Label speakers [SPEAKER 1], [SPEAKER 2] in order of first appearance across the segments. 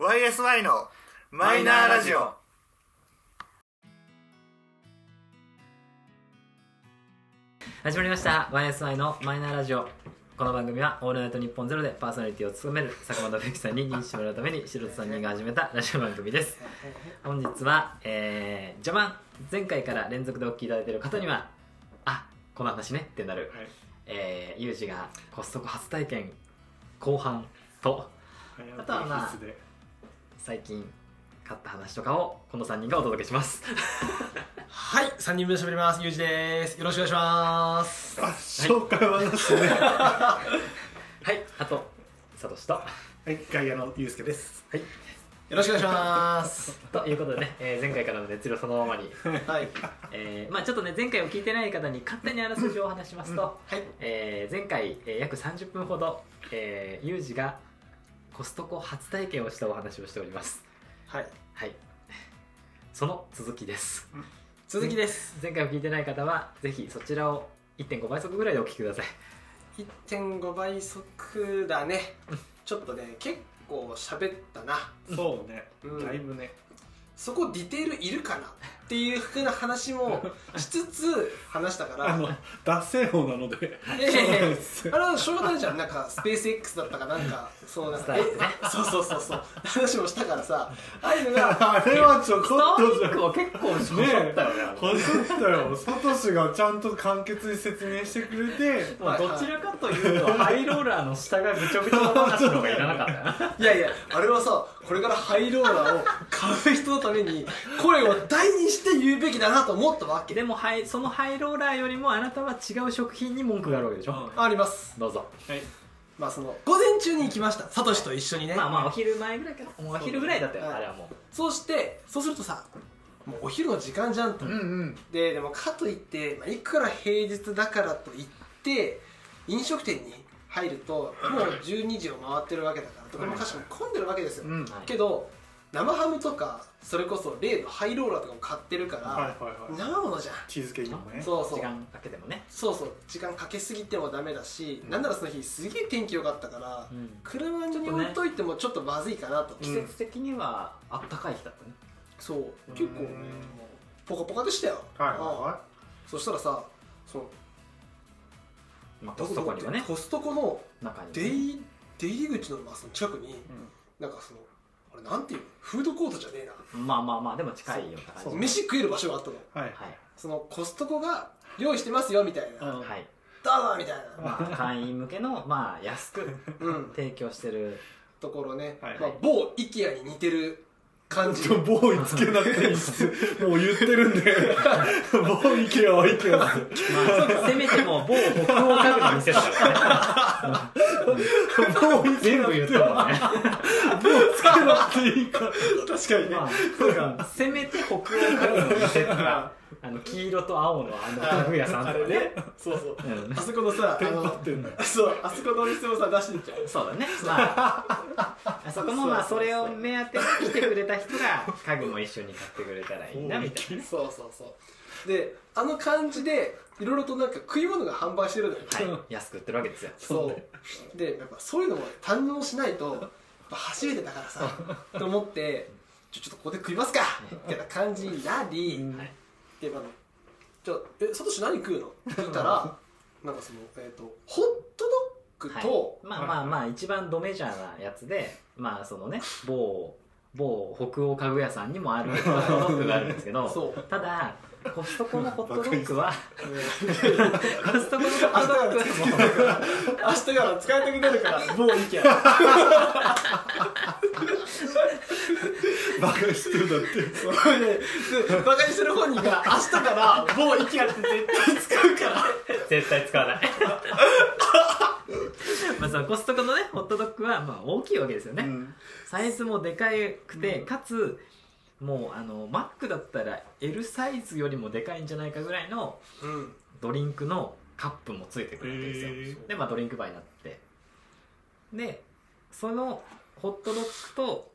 [SPEAKER 1] YSY のマイナーラジオ
[SPEAKER 2] 始まりました YSI のマイナーラジオこの番組は「オールナイトニッポンゼロでパーソナリティを務める坂本冬樹さんに認知してもらうために素人3人が始めたラジオ番組です本日は、えー、序盤前回から連続でお聞きいただいている方にはあこの話ねってなる、
[SPEAKER 1] はい
[SPEAKER 2] えー、ユージがコストコ初体験後半とあとはまあ
[SPEAKER 1] 必須で
[SPEAKER 2] 最近買った話とかをこの3人がお届けします
[SPEAKER 3] はい、3人目で喋ります。ゆうじです。よろしくお願いします。
[SPEAKER 1] あ紹介はなしねは
[SPEAKER 2] はいあとサトシと
[SPEAKER 1] いガイアのゆうすけです
[SPEAKER 2] はい
[SPEAKER 3] よろしくお願いします。
[SPEAKER 2] ということでね、えー前回からの熱量そのままに
[SPEAKER 3] はい。
[SPEAKER 2] えーまあ、ちょっとね前回を聞いてない方に簡単にあらすじをお話しますと、
[SPEAKER 3] はい。
[SPEAKER 2] えー前回、えー約30分ほど、えー、ユージがコストコ初体験をしたお話をしております
[SPEAKER 3] はい。
[SPEAKER 2] はいその続きです
[SPEAKER 3] 続きです。
[SPEAKER 2] 前回を聞いてない方はぜひそちらを1.5倍速ぐらいでお聞きください
[SPEAKER 3] 1.5倍速だね。ちょっとね、結構喋ったな。
[SPEAKER 1] そうね
[SPEAKER 3] うん
[SPEAKER 1] だいぶね
[SPEAKER 3] そこディテールいるかなっていうふうな話もしつつ話したか
[SPEAKER 1] あ
[SPEAKER 3] ら。
[SPEAKER 1] の脱線法なので
[SPEAKER 3] いやいやいや
[SPEAKER 1] そう
[SPEAKER 3] あれはしょうがないじゃん。なんか、スペース X だったかなんか、そうなん
[SPEAKER 2] ス
[SPEAKER 3] か、
[SPEAKER 2] タートね
[SPEAKER 3] えそうそうそうそう。話もしたからさ、ああいうの が、
[SPEAKER 1] あれはちょこっ
[SPEAKER 2] スター
[SPEAKER 1] と
[SPEAKER 2] リ
[SPEAKER 1] じ
[SPEAKER 2] ンク
[SPEAKER 1] ゃ
[SPEAKER 2] を結構しまったよねあの
[SPEAKER 1] こそったよサトシがちゃんと簡潔に説明してくれて
[SPEAKER 2] まあどちらかというとハイローラーの下がぐちょぐちょの話の方がいらなかったない
[SPEAKER 3] やいや、あれはさ、これからハイローラーを買う人のために声を大にして言うべきだなと思ったわ け。
[SPEAKER 2] でもはいそのハイローラーよりもあなたは違う食品に文句があるわけでしょ、
[SPEAKER 1] うん
[SPEAKER 3] あります。
[SPEAKER 2] どうぞ
[SPEAKER 1] はい
[SPEAKER 3] まあその、午前中に行きました。サトシと一緒にね。
[SPEAKER 2] まあまあお昼前ぐらいかなもうお昼ぐらいだったよ、
[SPEAKER 3] はい
[SPEAKER 2] あれはもう
[SPEAKER 3] そうして、そうするとさ、もうお昼の時間じゃんと。
[SPEAKER 1] うんうん
[SPEAKER 3] で、でもかといって、まあ、いくら平日だからといって、飲食店に入ると、もう12時を回ってるわけだから、どこもかしこも混んでるわけですよ。
[SPEAKER 1] うん
[SPEAKER 2] はい
[SPEAKER 3] けど、生ハムとか、それこそ例のハイローラーとかも買ってるから、
[SPEAKER 1] はいはいは
[SPEAKER 3] 生ものじゃん。
[SPEAKER 1] いチーズケーキもね
[SPEAKER 3] そうそう
[SPEAKER 2] 時間かけてもね
[SPEAKER 3] そうそう時間かけすぎてもダメだし、
[SPEAKER 1] うん
[SPEAKER 3] なんならその日すげえ天気良かったから、
[SPEAKER 2] うん
[SPEAKER 3] 車に置いといてもちょっとまずいかなと、
[SPEAKER 1] う
[SPEAKER 2] 季
[SPEAKER 1] ん
[SPEAKER 2] 節的にはあったかい日だったね、
[SPEAKER 3] そう結構ね
[SPEAKER 1] うん
[SPEAKER 3] ポカポカでしたよ、
[SPEAKER 1] はいはい
[SPEAKER 3] ああ
[SPEAKER 1] は
[SPEAKER 3] そしたらさその
[SPEAKER 2] まあ、コストコにはね
[SPEAKER 3] コストコの
[SPEAKER 2] 中に
[SPEAKER 3] 出入り出入り口の,、まあその近くに、
[SPEAKER 1] ん
[SPEAKER 3] なんかそのあれなんていうのフードコートじゃねえ
[SPEAKER 2] まあまあまあでも近いよって
[SPEAKER 1] そ
[SPEAKER 2] 感
[SPEAKER 1] う
[SPEAKER 3] な
[SPEAKER 2] じ
[SPEAKER 3] 飯食える場所があったの
[SPEAKER 1] いはい
[SPEAKER 2] はい、
[SPEAKER 3] そのコストコが用意してますよみたいな、
[SPEAKER 1] うん
[SPEAKER 2] はい
[SPEAKER 3] どうぞみたいな、
[SPEAKER 2] まあ、会員向けのまあ安く
[SPEAKER 3] うん、
[SPEAKER 2] 提供して る
[SPEAKER 3] ところね、
[SPEAKER 1] はい
[SPEAKER 3] まあ、某 IKEA に似てる 感じ
[SPEAKER 1] ちょボーイつけなくていい ですもう言ってるんでボーイけよいけよ
[SPEAKER 2] まあせめても某北欧家具の店だからね
[SPEAKER 1] ボーイ
[SPEAKER 2] 全部言ったもんね
[SPEAKER 1] つけなくていいから確かにね
[SPEAKER 2] まあそうかせめて北欧家具の店とかあの黄色と青のあの家具屋さんとかね、
[SPEAKER 3] そうそう
[SPEAKER 2] うん
[SPEAKER 3] あそこのさ、あ
[SPEAKER 1] テンパ
[SPEAKER 3] の
[SPEAKER 1] っ、てんだよ
[SPEAKER 3] そう、あそこのお店もさ、出してんじゃん。
[SPEAKER 2] そうだねまああそこもまあ
[SPEAKER 3] そ
[SPEAKER 2] そう
[SPEAKER 3] そうそう
[SPEAKER 2] れを目当てに来てくれた人が家具も一緒に買ってくれたらいいなみたいな
[SPEAKER 3] そうそうそう。で、あの感じで、いろいろとなんか食い物が販売してるのよ。
[SPEAKER 2] はい安く売ってるわけですよ
[SPEAKER 3] そう。で、やっぱそういうのも堪能しないと、やっぱ初めてだからさ、 と思って、ちょ、ちょっとここで食いますかみたいな感じになり、
[SPEAKER 2] はい
[SPEAKER 3] で、まあ、じゃあ、え、サトシ何食うのって聞いたら、なんかその、えっ、と、ホットドッグと、
[SPEAKER 2] はいまあまあまあ一番ドメジャーなやつでまあそのね某某北欧家具屋さんにもあるホットドッグがあるんです けど
[SPEAKER 3] そう。
[SPEAKER 2] ただコストコのホットドッグは
[SPEAKER 3] うん
[SPEAKER 2] コストコのホットドッグはもう
[SPEAKER 3] 明日から使いたくなるから、 もういいけど。
[SPEAKER 1] バカしてるだって
[SPEAKER 3] それででバカにする本人が明日から某 IKEA って絶対使うから
[SPEAKER 2] 絶対使わない まあそのコストコのねホットドッグはまあ大きいわけですよね、
[SPEAKER 1] うん
[SPEAKER 2] サイズもでかくて、
[SPEAKER 3] うん
[SPEAKER 2] かつもうあのマックだったら L サイズよりもでかいんじゃないかぐらいの
[SPEAKER 3] うん
[SPEAKER 2] ドリンクのカップもついてくるんですよ、
[SPEAKER 1] え
[SPEAKER 2] でまあドリンクバーになってでそのホットドッグと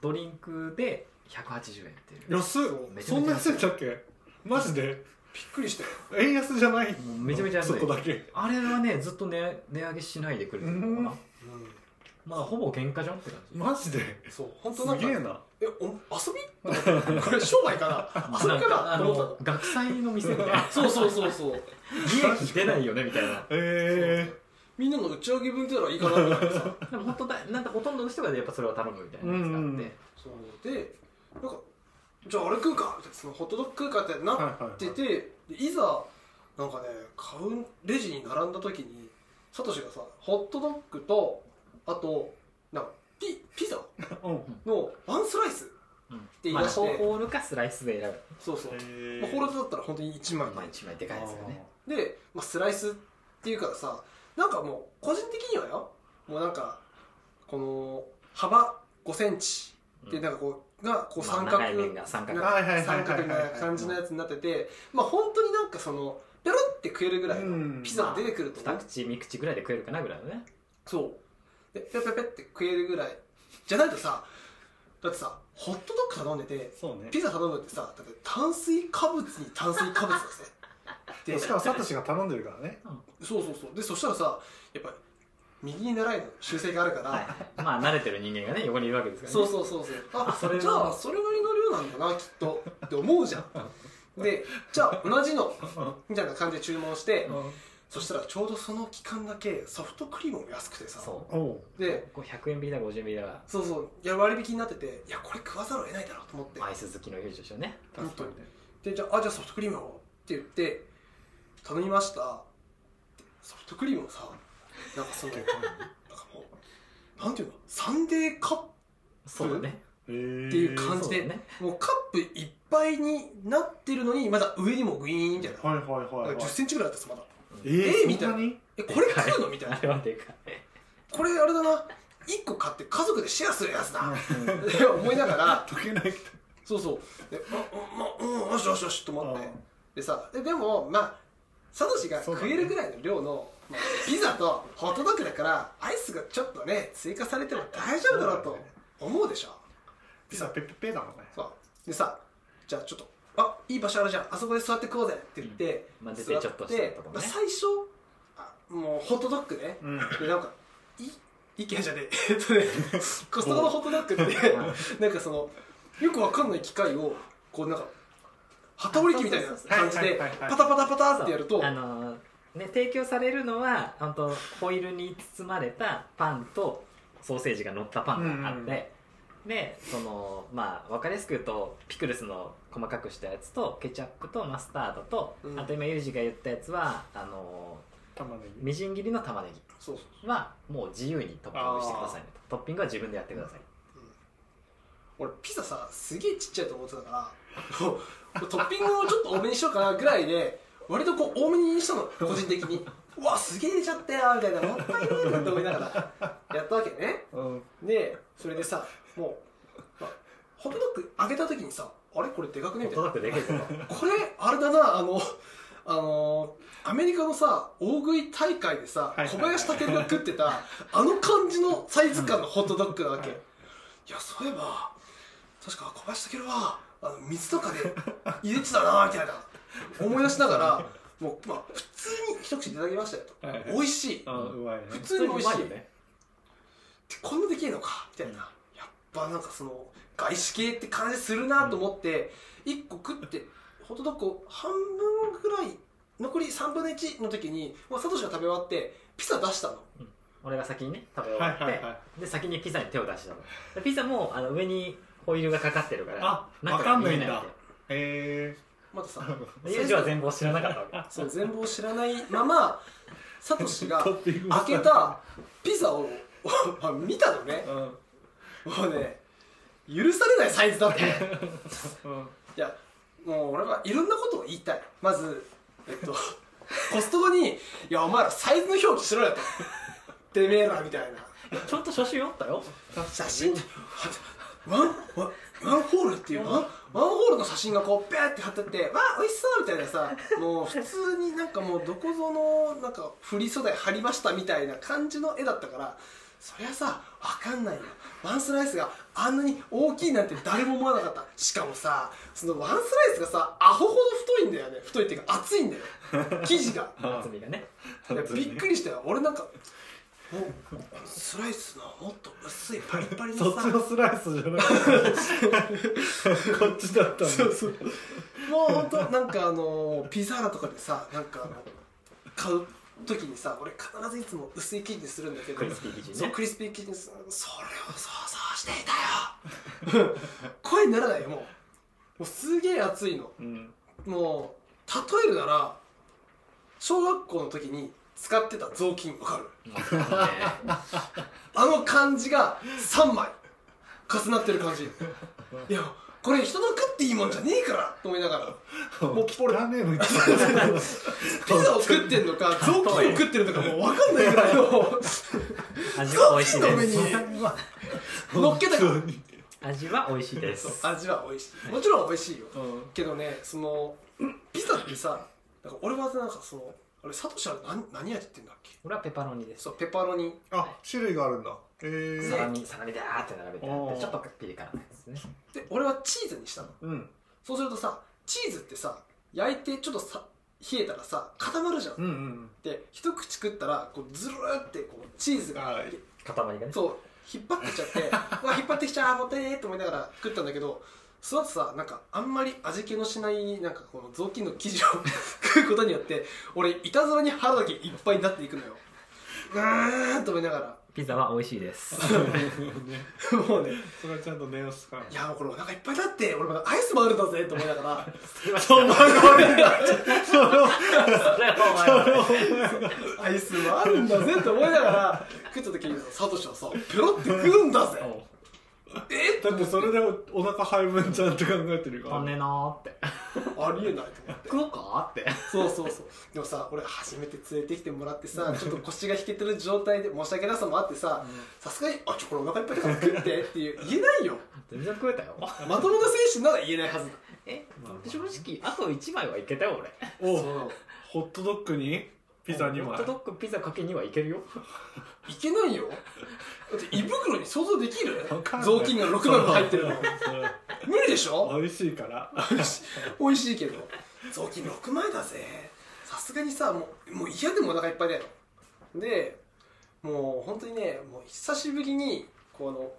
[SPEAKER 2] ドリンクで180円っていう
[SPEAKER 1] 安っ
[SPEAKER 2] めちゃ
[SPEAKER 1] そん
[SPEAKER 2] めちゃ安い
[SPEAKER 1] な安いんだっけマジで
[SPEAKER 3] びっくりしたよ
[SPEAKER 1] 円安じゃない
[SPEAKER 2] もうめちゃめちゃ安い
[SPEAKER 1] そこだけ
[SPEAKER 2] あれはねずっと値値上げしないでくれてるのかな、
[SPEAKER 1] うん
[SPEAKER 3] うん
[SPEAKER 2] まあほぼ喧嘩じゃんって感じ
[SPEAKER 1] マジで
[SPEAKER 3] そう本当
[SPEAKER 1] す
[SPEAKER 3] なんか
[SPEAKER 1] げえな
[SPEAKER 3] えお遊び と思ってこれ商売か な遊びか
[SPEAKER 2] なん
[SPEAKER 3] な
[SPEAKER 2] あ
[SPEAKER 3] と思っ
[SPEAKER 2] の学祭の店み たいな
[SPEAKER 3] た そうそうそうそう
[SPEAKER 2] 利益出ないよねみたいな
[SPEAKER 1] え
[SPEAKER 3] みんなの打ち上げ分ってのはいいかなみたいなさ
[SPEAKER 2] でも本当だなんかほとんどの人がやっぱそれを頼むみたいなやつがあ
[SPEAKER 1] うん
[SPEAKER 2] っ
[SPEAKER 1] う
[SPEAKER 2] て
[SPEAKER 1] ん
[SPEAKER 3] そうでなんかじゃああれ食うかみたいなそのホットドッグ食うかってな
[SPEAKER 1] ー、
[SPEAKER 3] っ
[SPEAKER 1] はいはい、はい
[SPEAKER 3] てて、いざなんかね買うレジに並んだ時にサトシがさホットドッグとあとなんかピピザ
[SPEAKER 1] うん
[SPEAKER 3] のワンスライス
[SPEAKER 2] うん
[SPEAKER 3] 言い
[SPEAKER 2] まあ
[SPEAKER 3] 出して
[SPEAKER 2] ホールかスライスで選
[SPEAKER 3] そうそう、
[SPEAKER 1] え
[SPEAKER 3] まあ、ホールだったら本当に1枚
[SPEAKER 2] ぶまあ一枚でかいですよね
[SPEAKER 3] で、まあ、スライスっていうからさなんかもう個人的にはよもうなんかこの幅5センチでなんかこう、がこう
[SPEAKER 2] まあ
[SPEAKER 3] 三角、
[SPEAKER 2] 長い面が三角
[SPEAKER 1] はいはいはいはい
[SPEAKER 3] 三角な感じのやつになっててまあ本当になんかそのペロって食えるぐらい
[SPEAKER 1] うん
[SPEAKER 3] のピザが出てくると、
[SPEAKER 2] 二口三口ぐらいで食えるかなぐらいのね
[SPEAKER 3] そうでペロペロペロって食えるぐらいじゃないとさだってさホットドッグ頼んでて
[SPEAKER 1] そうね
[SPEAKER 3] ピザ頼むってさだって炭水化物に炭水化 物だぜで
[SPEAKER 1] しかもサトシが頼んでるからね
[SPEAKER 3] そうそうそうでそしたらさやっぱ右に習いの習性があるから、
[SPEAKER 2] まあ慣れてる人間がね横にいるわけですからね
[SPEAKER 3] そうそうそうそうあ
[SPEAKER 2] それは
[SPEAKER 3] じゃあそれなりの量なんだなきっとって思うじ ゃんでじゃあ同じのみたいな感じで注文して、そしたらちょうどその期間だけソフトクリームも安くてさ
[SPEAKER 2] そ
[SPEAKER 1] おう
[SPEAKER 2] う
[SPEAKER 3] で
[SPEAKER 2] こう100円引きだか50円引きだか
[SPEAKER 3] そうそういや割引になってていやこれ食わざるを得ないだろうと思って、
[SPEAKER 2] アイス好きの友情でしょうね
[SPEAKER 1] 確かにね
[SPEAKER 3] でじゃああじゃあソフトクリームをって言って頼みましたソフトクリームをさなんかそのなんかもうなんていうのサンデーカップ
[SPEAKER 2] そうだね
[SPEAKER 1] って
[SPEAKER 3] っていう感じ
[SPEAKER 2] そうだ
[SPEAKER 3] で、
[SPEAKER 2] ね
[SPEAKER 3] もうカップいっぱいになってるのにまだ上にもグイーンみたいな
[SPEAKER 1] はいはいはい、
[SPEAKER 3] 1
[SPEAKER 1] はい、
[SPEAKER 3] 0ンチぐらいあったんですまだ
[SPEAKER 1] え
[SPEAKER 3] えーみ
[SPEAKER 1] そ
[SPEAKER 3] たい
[SPEAKER 1] ん
[SPEAKER 3] な
[SPEAKER 1] なに
[SPEAKER 3] えこれ食うのみたいな
[SPEAKER 2] あれはでかい
[SPEAKER 3] これあれだな1個買って家族でシェアするやつだ
[SPEAKER 1] 溶
[SPEAKER 3] って思いながら
[SPEAKER 1] けないけ
[SPEAKER 3] そうそうでうんうんうんうんよしよしよしと思って
[SPEAKER 1] うん
[SPEAKER 3] でさででもまあサトシが
[SPEAKER 1] そうだ
[SPEAKER 3] 食
[SPEAKER 1] ね
[SPEAKER 3] えるぐらいの量の、まあピザとホットドッグだからアイスがちょっとね追加されても大丈夫だろうと思うでしょ
[SPEAKER 1] ピザペッペペだもんね
[SPEAKER 3] そうでさじゃあちょっとあいい場所あるじゃんあそこで座って食おうぜって言って、
[SPEAKER 2] うんまあ出て
[SPEAKER 3] 座
[SPEAKER 2] ちょっとしたとこね
[SPEAKER 3] まあ最初あもうホットドッグね、
[SPEAKER 1] うん
[SPEAKER 3] でなんかい意見じゃねえ えっ とねコストコのホットドッグ ってなんかそのよくわかんない機械をこうなんか旗織り機みたいな感じ
[SPEAKER 1] はい
[SPEAKER 3] で
[SPEAKER 1] はいはいはい
[SPEAKER 3] パタパタパタってやると
[SPEAKER 2] あのーね、提供されるのは本当ホイルに包まれたパンとソーセージが乗ったパンがあって、
[SPEAKER 1] うん
[SPEAKER 2] でそのまあ分かりやすく言うとピクルスの細かくしたやつとケチャップとマスタードと、
[SPEAKER 3] うん
[SPEAKER 2] あと今ユージが言ったやつはあの
[SPEAKER 1] 玉ね
[SPEAKER 2] ーみじん切りの玉ねぎ
[SPEAKER 3] そうそう
[SPEAKER 2] はもう自由にトッピングしてくださいねとトッピングは自分でやってください
[SPEAKER 3] 俺ピザさすげえちっちゃいと思ってたからもうトッピングをちょっと多めにしようかなぐらいで割とこう多めにしたの個人的にうわすげえ入れちゃったよみたいなもったいねえなって思いながらやったわけね
[SPEAKER 1] ぎうん
[SPEAKER 3] でそれでさもう、まあホットドッグ揚げた時にさあれこれでかくねみたいな
[SPEAKER 2] 届くでけえぞ
[SPEAKER 3] これあれだなあのあのアメリカのさ大食い大会でさ
[SPEAKER 1] はいはいはい
[SPEAKER 3] 小林武が食ってたあの感じのサイズ感のホットドッグなわけ、い、やそういえば確か小林武はあの水とかで入れてたなみたいな思い出しながらもう、まあ、普通に一口いただきましたよと、
[SPEAKER 1] はいはい
[SPEAKER 3] 美味しい
[SPEAKER 1] あうまいね
[SPEAKER 3] 普通に美味しい
[SPEAKER 2] よね
[SPEAKER 3] ってこんなできるのかみたいな、やっぱなんかその外資系って感じするなと思って、1個食ってホットドッグを半分ぐらい残り3分の1の時に、まあ、サトシが食べ終わってピザ出したの
[SPEAKER 2] 俺が先にね食べ終
[SPEAKER 1] は
[SPEAKER 2] わ
[SPEAKER 1] い
[SPEAKER 2] って、
[SPEAKER 1] はいはい
[SPEAKER 2] で先にピザに手を出したのでピザもあの上にホイールがかかってるから
[SPEAKER 1] あ
[SPEAKER 2] 中が
[SPEAKER 1] わかんないんだ
[SPEAKER 2] 見えわ
[SPEAKER 1] え
[SPEAKER 3] またさ
[SPEAKER 2] けユージは全貌知らなかったわ
[SPEAKER 3] そう全貌を知らないままサトシが
[SPEAKER 1] トッピング
[SPEAKER 3] 開けたピザを 見たのね
[SPEAKER 1] ー、うん
[SPEAKER 3] もうね許されないサイズだって
[SPEAKER 1] うん
[SPEAKER 3] いやもう俺はいろんなことを言いたいまずえっとコストコに「いやお前らサイズの表記しろよ」と「てめえら」みたいな
[SPEAKER 2] けちょっと初心おったよ
[SPEAKER 3] 写真ってワンワンワンホールっていうワンワンホールの写真がこうペーって貼ってって「わあ美味しそう」みたいなさもう普通になんかもうどこぞのなんか振り袖貼りましたみたいな感じの絵だったからそりゃさ分かんないよワンスライスがあんなに大きいなんて誰も思わなかったしかもさそのワンスライスがさアホほど太いんだよね太いっていうか厚いんだよ生地が
[SPEAKER 2] 厚みがね
[SPEAKER 3] いやびっくりしたよ俺なんかおスライスのもっと薄いパリパリ
[SPEAKER 1] そ
[SPEAKER 3] の
[SPEAKER 1] っ
[SPEAKER 3] さ
[SPEAKER 1] ちのスライスじゃなくてこっちだったんだ
[SPEAKER 3] そうそうもうほんとなんかあのピザーラとかでさなんかあの買う時にさ俺必ずいつも薄い生地にするんだけど
[SPEAKER 2] クリスピー生地ね
[SPEAKER 3] そうクリスピー生地にするそれを想像していたよ声にならないよもうもうすげえ熱いの
[SPEAKER 1] うん
[SPEAKER 3] もう例えるなら小学校の時に使ってた雑巾わかるあの感じが3枚重なってる感じいやこれ人の食っていいもんじゃねえからと思いながら
[SPEAKER 1] もう汚ねえの言って
[SPEAKER 3] ピザを食ってんのか雑巾を食ってるのかもう分かんないぐらいの
[SPEAKER 2] 味は美味しい
[SPEAKER 3] 雑巾の上
[SPEAKER 2] で
[SPEAKER 3] に
[SPEAKER 2] す
[SPEAKER 3] 乗っけたから
[SPEAKER 1] 本当に
[SPEAKER 2] 味は美味しいです
[SPEAKER 3] 味は美味しいもちろん美味しいよ
[SPEAKER 1] うん
[SPEAKER 3] けどねそのピザってさなんか俺はなんかそのあれサトシは何何味って言うんだっけ
[SPEAKER 2] これはペパロニです
[SPEAKER 3] そうペパロニ
[SPEAKER 1] あ種類があるんだえ
[SPEAKER 2] サラ
[SPEAKER 1] ー
[SPEAKER 2] ミサラミであーって並べて
[SPEAKER 1] おー
[SPEAKER 2] ちょっとピリ辛なやつですね
[SPEAKER 3] で俺はチーズにしたの
[SPEAKER 1] うん
[SPEAKER 3] そうするとさチーズってさ焼いてちょっとさ冷えたらさ固まるじゃん、
[SPEAKER 1] うんうん
[SPEAKER 3] で一口食ったらこうずるーってこうチーズが
[SPEAKER 1] はい
[SPEAKER 2] 塊がね
[SPEAKER 3] そう引っ張ってきちゃってうわ引っ張ってきちゃうもったいねーって思いながら食ったんだけどその後さなんかあんまり味気のしないなんかこの雑巾の生地を食うことによって俺いたずらに腹だけいっぱいになっていくのようーんと思いなが
[SPEAKER 2] ピザは美味しい です
[SPEAKER 1] ね
[SPEAKER 3] らもうね
[SPEAKER 1] それはちゃんと念をすか
[SPEAKER 3] いやもうこれお腹いっぱいだって俺まだアイスもあるんだぜと思いながら
[SPEAKER 1] そうまごめんなその
[SPEAKER 2] それはお前は
[SPEAKER 3] アイスもあるんだぜって思いながら食った時にサトシはさペロって食うんだぜえっ
[SPEAKER 1] だってそれでお腹配分ちゃんと考えてるか
[SPEAKER 2] 飛ん
[SPEAKER 1] ら
[SPEAKER 2] ねえなーって
[SPEAKER 3] ありえないと思って
[SPEAKER 2] 食おうかって
[SPEAKER 3] そうそうそうでもさ俺初めて連れてきてもらってさちょっと腰が引けてる状態で申し訳なさもあってささすがに「あちょこれお腹いっぱいだから食って」っていう言えないよ
[SPEAKER 2] 全然食えたよ
[SPEAKER 3] まともな精神なら言えないはずだ
[SPEAKER 2] え正直あと1枚はいけたよ俺
[SPEAKER 1] お
[SPEAKER 3] そう
[SPEAKER 1] ホットドッグにピザ2
[SPEAKER 2] ホ
[SPEAKER 1] 枚
[SPEAKER 2] ットドッグピザかけにはいけるよ
[SPEAKER 3] いけないよだって胃袋に想像できる
[SPEAKER 1] わかんない
[SPEAKER 3] 雑巾が6枚も入ってるの
[SPEAKER 1] そ
[SPEAKER 3] 無理でしょ
[SPEAKER 1] う美味しいから
[SPEAKER 3] 美味しいけど雑巾6枚だぜさすがにさもうもう嫌でもお腹いっぱいだよでもう本当にねもう久しぶりにこうあの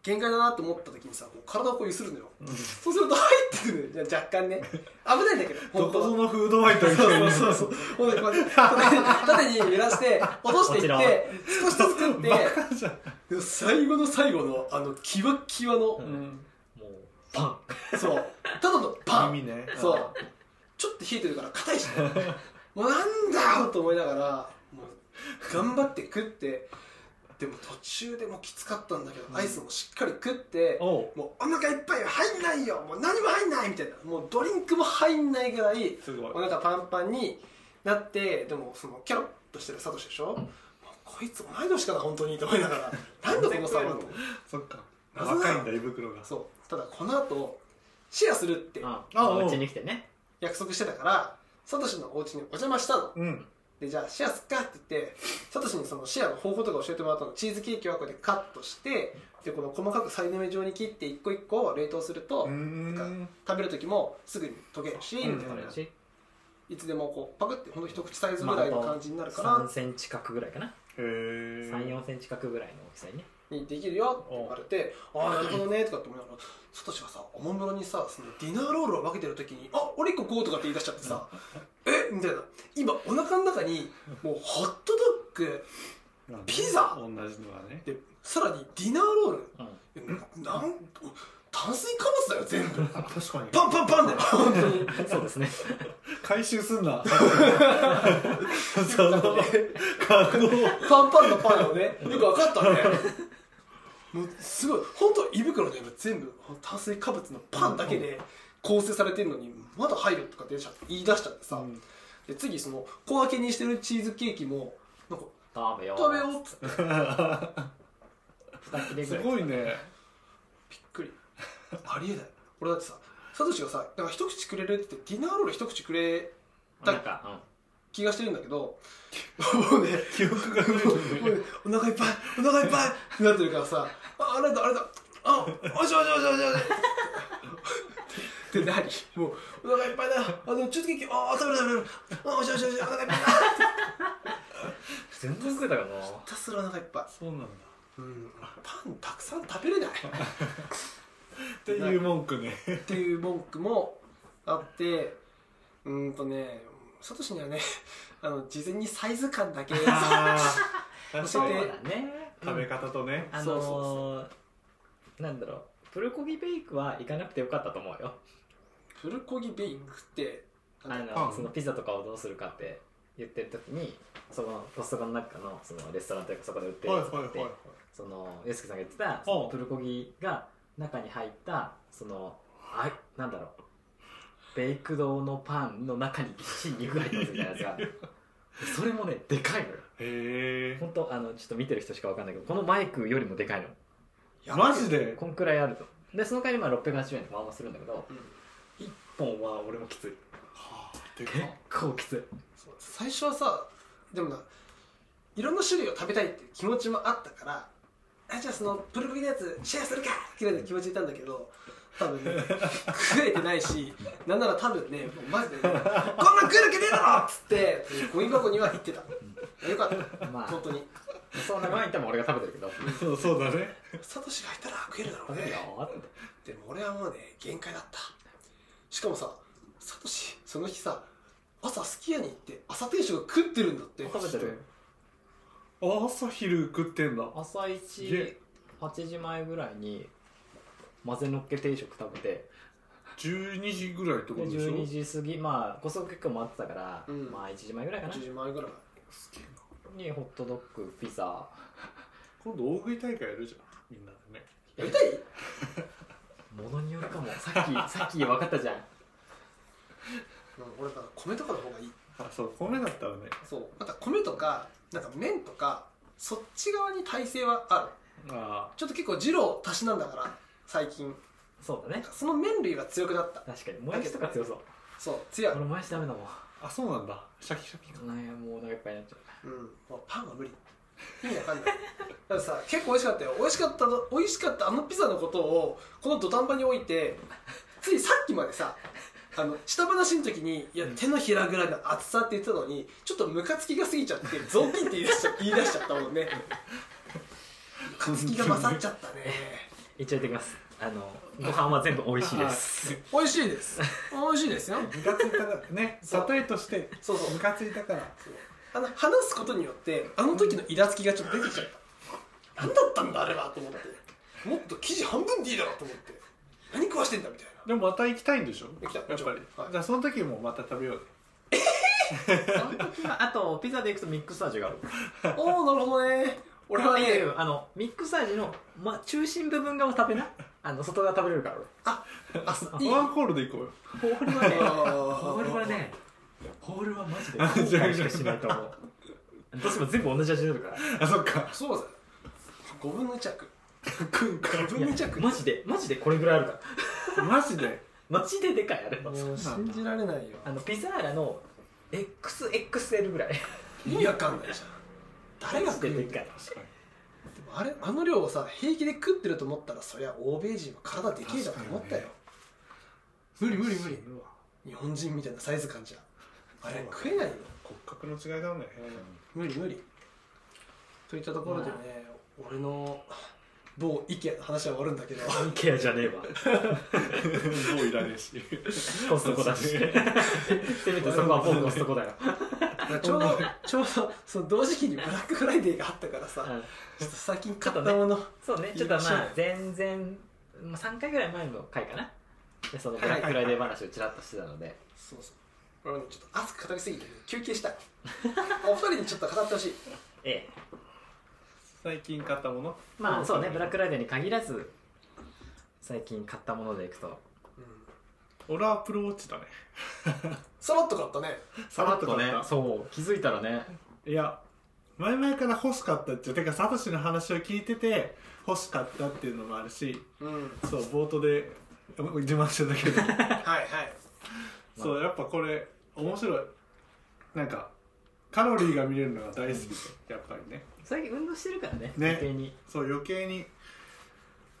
[SPEAKER 3] 限界だなと思った時にさこう体をこう揺するのよ、そうすると入ってくるじゃあ若干ね危ないんだけど
[SPEAKER 1] ど
[SPEAKER 3] 本当
[SPEAKER 1] こぞ
[SPEAKER 3] は
[SPEAKER 1] のフードファイトみたいな
[SPEAKER 3] そうそうそうほんでこうやって縦に縦に揺らして落としてい
[SPEAKER 2] こち
[SPEAKER 3] って少しずつ食って
[SPEAKER 1] バカじゃん
[SPEAKER 3] でも最後の最後のあのキワッキワの、
[SPEAKER 1] うん
[SPEAKER 2] もうパン
[SPEAKER 3] そうただのパン
[SPEAKER 1] 耳ね
[SPEAKER 3] そうちょっと冷えてるから硬いし ねもうなんだよと思いながらもう頑張って食ってでも途中でもうきつかったんだけど、アイスもしっかり食って
[SPEAKER 1] おう
[SPEAKER 3] もうお腹いっぱい入んないよもう何も入んないみたいなもうドリンクも入んないぐらい
[SPEAKER 1] すごい
[SPEAKER 3] お腹パンパンになってでもそのキャロッとしてるサトシでしょ、もうこいつ同い年かな本当にと思いながらなんだこの差はと
[SPEAKER 1] そっか
[SPEAKER 3] 謎
[SPEAKER 1] 若
[SPEAKER 3] だよ
[SPEAKER 1] いんだ胃袋が
[SPEAKER 3] そうただこの後シェアするって
[SPEAKER 1] あ
[SPEAKER 2] うんうちに来てね
[SPEAKER 3] 約束してたからサトシのお家にお邪魔したの
[SPEAKER 1] うん
[SPEAKER 3] でじゃあシェアすっかって言ってサトシにそのシェアの方法とか教えてもらったのチーズケーキはこうやってカットしてでこの細かくサイドメ状に切って一個一個冷凍すると、
[SPEAKER 1] うーん
[SPEAKER 3] 食べる時もすぐに溶けるし、
[SPEAKER 1] うん
[SPEAKER 3] みたいな
[SPEAKER 2] 友達
[SPEAKER 3] いつでもこうパクってほんと一口サイズぐらいの感じになるから、
[SPEAKER 2] 3センチ角ぐらいかな
[SPEAKER 1] へえ
[SPEAKER 2] 34センチ角ぐらいの大きさにね
[SPEAKER 3] にできるよって言われて「ああなるほどね」とかって思いながらサトシがさおもむろにさそのディナーロールを分けてる時に「あ俺一個こう」とかって言い出しちゃってさ「えみたいな今お腹の中にもうホットドッグピザ
[SPEAKER 1] 同じのがね
[SPEAKER 3] でさらにディナーロール
[SPEAKER 2] うん
[SPEAKER 3] なん炭水化物だよ全部
[SPEAKER 1] あ確かに
[SPEAKER 3] パンパンパンだよ本当に
[SPEAKER 2] そうです ね
[SPEAKER 1] 回収すんな そのカゴを
[SPEAKER 3] パンパンのパンをねよく分かったねもうすごい本当胃袋の中全部炭水化物のパンだけで構成されてるのにまだ入るとか出ちゃって言い出しちゃってさ、
[SPEAKER 1] うん
[SPEAKER 3] で次その小分けにしてるチーズケーキもなんか
[SPEAKER 2] 食べよう
[SPEAKER 3] 食べようっつってびっ
[SPEAKER 2] 二切れぐ
[SPEAKER 1] す
[SPEAKER 2] らい
[SPEAKER 1] ごいね
[SPEAKER 3] く りありえない俺だってさサトシがさなんか一口くれるって言ってディナーロール一口くれだ
[SPEAKER 2] なんか、
[SPEAKER 3] 気がしてるんだ けどもうね
[SPEAKER 1] 記憶が古い
[SPEAKER 3] もうねお腹いっぱいお腹いっぱいってなってるからさああれだあれだあおしおしおしおしおしってなりもうお腹いっぱいだあでもチーズケーキああ食べる食べる食べるあおしおしおしお腹いっぱいだ
[SPEAKER 2] 全然食えたかな
[SPEAKER 3] ひたすらお腹いっぱい
[SPEAKER 1] そうなんだ
[SPEAKER 3] うんパンたくさん食べれない
[SPEAKER 1] っていう文句ね
[SPEAKER 3] っていう文句もあってうーんとねサトシにはねあの事前にサイズ感 だけ
[SPEAKER 1] ああ
[SPEAKER 3] そ
[SPEAKER 1] 確
[SPEAKER 2] そう
[SPEAKER 1] か
[SPEAKER 2] だ
[SPEAKER 1] に
[SPEAKER 2] ね
[SPEAKER 1] 食べ方とね
[SPEAKER 2] あのー
[SPEAKER 3] そうそう
[SPEAKER 2] なんだろうプルコギベイクは行かなくてよかったと思うよ
[SPEAKER 3] プルコギベイクってあの
[SPEAKER 2] あ
[SPEAKER 1] パ
[SPEAKER 2] の
[SPEAKER 1] ン
[SPEAKER 2] そのピザとかをどうするかって言ってる時にそのコストコの中のそのレストランというかそこで売ってる
[SPEAKER 1] はい
[SPEAKER 2] や
[SPEAKER 1] は
[SPEAKER 2] つ
[SPEAKER 1] い
[SPEAKER 2] って、
[SPEAKER 1] はいはい
[SPEAKER 2] そのユースケさんが言ってたそのプルコギが中に入ったそのあなんだろうベイクドのパンの中にぎっしり肉が入ってますみたいなやつ がそれもねでかいのよ
[SPEAKER 1] へ
[SPEAKER 2] 本当あのちょっと見てる人しかわかんないけどこのマイクよりもでかいの
[SPEAKER 1] え
[SPEAKER 3] やばい
[SPEAKER 1] マジで
[SPEAKER 2] こんくらいあるとでその代わりまあ680円とかまあまあするんだけど
[SPEAKER 3] うん
[SPEAKER 2] 1本は俺もきつい
[SPEAKER 1] はあでか
[SPEAKER 2] 結構きつい
[SPEAKER 3] そう最初はさでもないろんな種類を食べたいっていう気持ちもあったからあじゃあそのプルプルのやつシェアするかっていうような気持ちでいたんだけど多分ね食えてないしなんなら多分ねもうマジで、ね「こんなん食えるわけねえだろ!」っつってゴミ箱には行ってたよかった
[SPEAKER 2] まあ
[SPEAKER 3] 本当に
[SPEAKER 2] そんな前に多分俺が食べてるけど
[SPEAKER 1] そうそうだね
[SPEAKER 3] サトシがいたら食えるだろう
[SPEAKER 2] 食べるよ
[SPEAKER 3] ね
[SPEAKER 2] って
[SPEAKER 3] でも俺はもうね限界だったしかもさサトシその日さ朝すき家に行って朝定食食ってるんだって
[SPEAKER 2] 食べてる
[SPEAKER 1] あ朝昼食ってんだ
[SPEAKER 2] 朝
[SPEAKER 1] すげ
[SPEAKER 2] 一
[SPEAKER 1] え
[SPEAKER 2] 8時前ぐらいに混ぜのっけ定食食べて
[SPEAKER 1] 12時ぐらいってこ
[SPEAKER 2] で
[SPEAKER 1] とでしょ
[SPEAKER 2] 12時過ぎまあ高速結構回ってたから、
[SPEAKER 3] うん
[SPEAKER 2] まあ1時前ぐらいかな
[SPEAKER 3] 10時前ぐらい
[SPEAKER 1] すげえな
[SPEAKER 2] にホットドッグピザ
[SPEAKER 1] 今度大食い大会やるじゃんみんなでね
[SPEAKER 3] やりたい
[SPEAKER 2] ものによるかもさっき さっき分かったじゃん
[SPEAKER 3] うん俺なんか米とかの方がいい
[SPEAKER 1] あそう米だったらね
[SPEAKER 3] そうまた米とかなんか麺とかそっち側に耐性はある
[SPEAKER 1] あ
[SPEAKER 3] ちょっと結構二郎たしなんだから最近
[SPEAKER 2] そうだね
[SPEAKER 3] その麺類が強くなった
[SPEAKER 2] 確かにもやしとか強そう
[SPEAKER 3] そう強い、
[SPEAKER 2] 俺もやしダメだも
[SPEAKER 1] ーあそうなんだシャキシャキ
[SPEAKER 2] んなんやもうお腹いっぱいになっちゃう
[SPEAKER 3] うん、もうパンは無理意味わかんないだからさ結構美味しかったよ美味しかったの美味しかったあのピザのことをこの土壇場に置いてついさっきまでさあの下話の時に「いや手のひらぐらいの厚さ」って言ってたのにちょっとムカつきが過ぎちゃって「雑巾」って言い出 しちゃ言い出しちゃったもんねムカつきが勝っちゃったね
[SPEAKER 2] 一応言ってきますあのご飯は全部美味しいです
[SPEAKER 3] 美味しいです美味しいですよ
[SPEAKER 1] ムカついた からね
[SPEAKER 3] そう
[SPEAKER 1] 例えとして
[SPEAKER 3] そうそう
[SPEAKER 1] ムカついたから
[SPEAKER 3] あの話すことによってあの時のイラつきがちょっと出てきちゃった何だったんだあれはと思ってもっと生地半分でいいだろうと思って何食わしてんだみたいな
[SPEAKER 1] でもまた行きたいんでしょ
[SPEAKER 3] 行きたい
[SPEAKER 1] やっぱり、
[SPEAKER 3] はい
[SPEAKER 1] じゃあその時もまた食べよう
[SPEAKER 2] その時はあとピザでいくとミックス味がある
[SPEAKER 3] おおなるほどね俺はいね
[SPEAKER 2] やいやいやあのミックス味の、ま、中心部分側食べなあの外側食べれるから俺
[SPEAKER 3] ああいい
[SPEAKER 1] ワンホールで行こうよ
[SPEAKER 2] ホールはね、ホ
[SPEAKER 3] ホ
[SPEAKER 2] ールはね、ホールはマジで後悔しかしないと思う。どうしても全部同じ味になるから。
[SPEAKER 1] あそっか
[SPEAKER 3] そうだよ5分の着
[SPEAKER 1] 食うか
[SPEAKER 3] 5分の着
[SPEAKER 2] マジで、マジでこれぐらいあるから。
[SPEAKER 1] マジで
[SPEAKER 2] マジででかい、あれは。
[SPEAKER 3] もう信じられないよ
[SPEAKER 2] あの、ピザーラの XXL ぐらい。
[SPEAKER 3] 意味わかんないじゃん誰
[SPEAKER 2] マ
[SPEAKER 3] が
[SPEAKER 2] ジ
[SPEAKER 3] 食う
[SPEAKER 2] で
[SPEAKER 3] の
[SPEAKER 2] で
[SPEAKER 3] で
[SPEAKER 2] かい。
[SPEAKER 1] 確かに
[SPEAKER 3] もあれあの量をさ平気で食ってると思ったらそりゃ欧米人は体でけえだと思ったよ、
[SPEAKER 1] 確
[SPEAKER 3] 無理無理無理日本人みたいなサイズ感じゃあれ食えないよ
[SPEAKER 1] 骨格の違いだもんね、
[SPEAKER 3] 無理無理といったところでね、俺の某意見の話は終わるんだけ ど
[SPEAKER 2] アンケアじゃねえわ。
[SPEAKER 1] もういらねえし
[SPEAKER 2] コストコだ し。せめてそこは僕コストコ だよ。
[SPEAKER 3] ちょうどちょうどその同時期にブラックフライデーがあったからさ
[SPEAKER 2] うん
[SPEAKER 3] ちょっと最近買ったもの、
[SPEAKER 2] そうね、ちょっとまあ、全然、まあ3回ぐらい前の回かな。でそのブラックフライデー話をちらっとしてたので。
[SPEAKER 3] そうそう俺はねちょっと熱く語りすぎて休憩したい お二人にちょっと語ってほしい
[SPEAKER 2] ええ。
[SPEAKER 1] 最近買ったもの
[SPEAKER 2] まあそうね、ブラックフライデーに限らず、最近買ったものでいくと、
[SPEAKER 1] 俺はアップルウォッチだね
[SPEAKER 3] さらっと買ったね
[SPEAKER 1] さらっと買った
[SPEAKER 2] そう、気づいたらね、
[SPEAKER 1] いや前々から欲しかったっていうてかサトシの話を聞いてて欲しかったっていうのもあるし
[SPEAKER 3] うん
[SPEAKER 1] そう冒頭で自慢してたけど
[SPEAKER 3] はいはい
[SPEAKER 1] そうやっぱこれ面白いなんかカロリーが見れるのが大好きでやっぱりね
[SPEAKER 2] 最近運動してるからね、
[SPEAKER 1] ね
[SPEAKER 2] 余計に。
[SPEAKER 1] そう余計に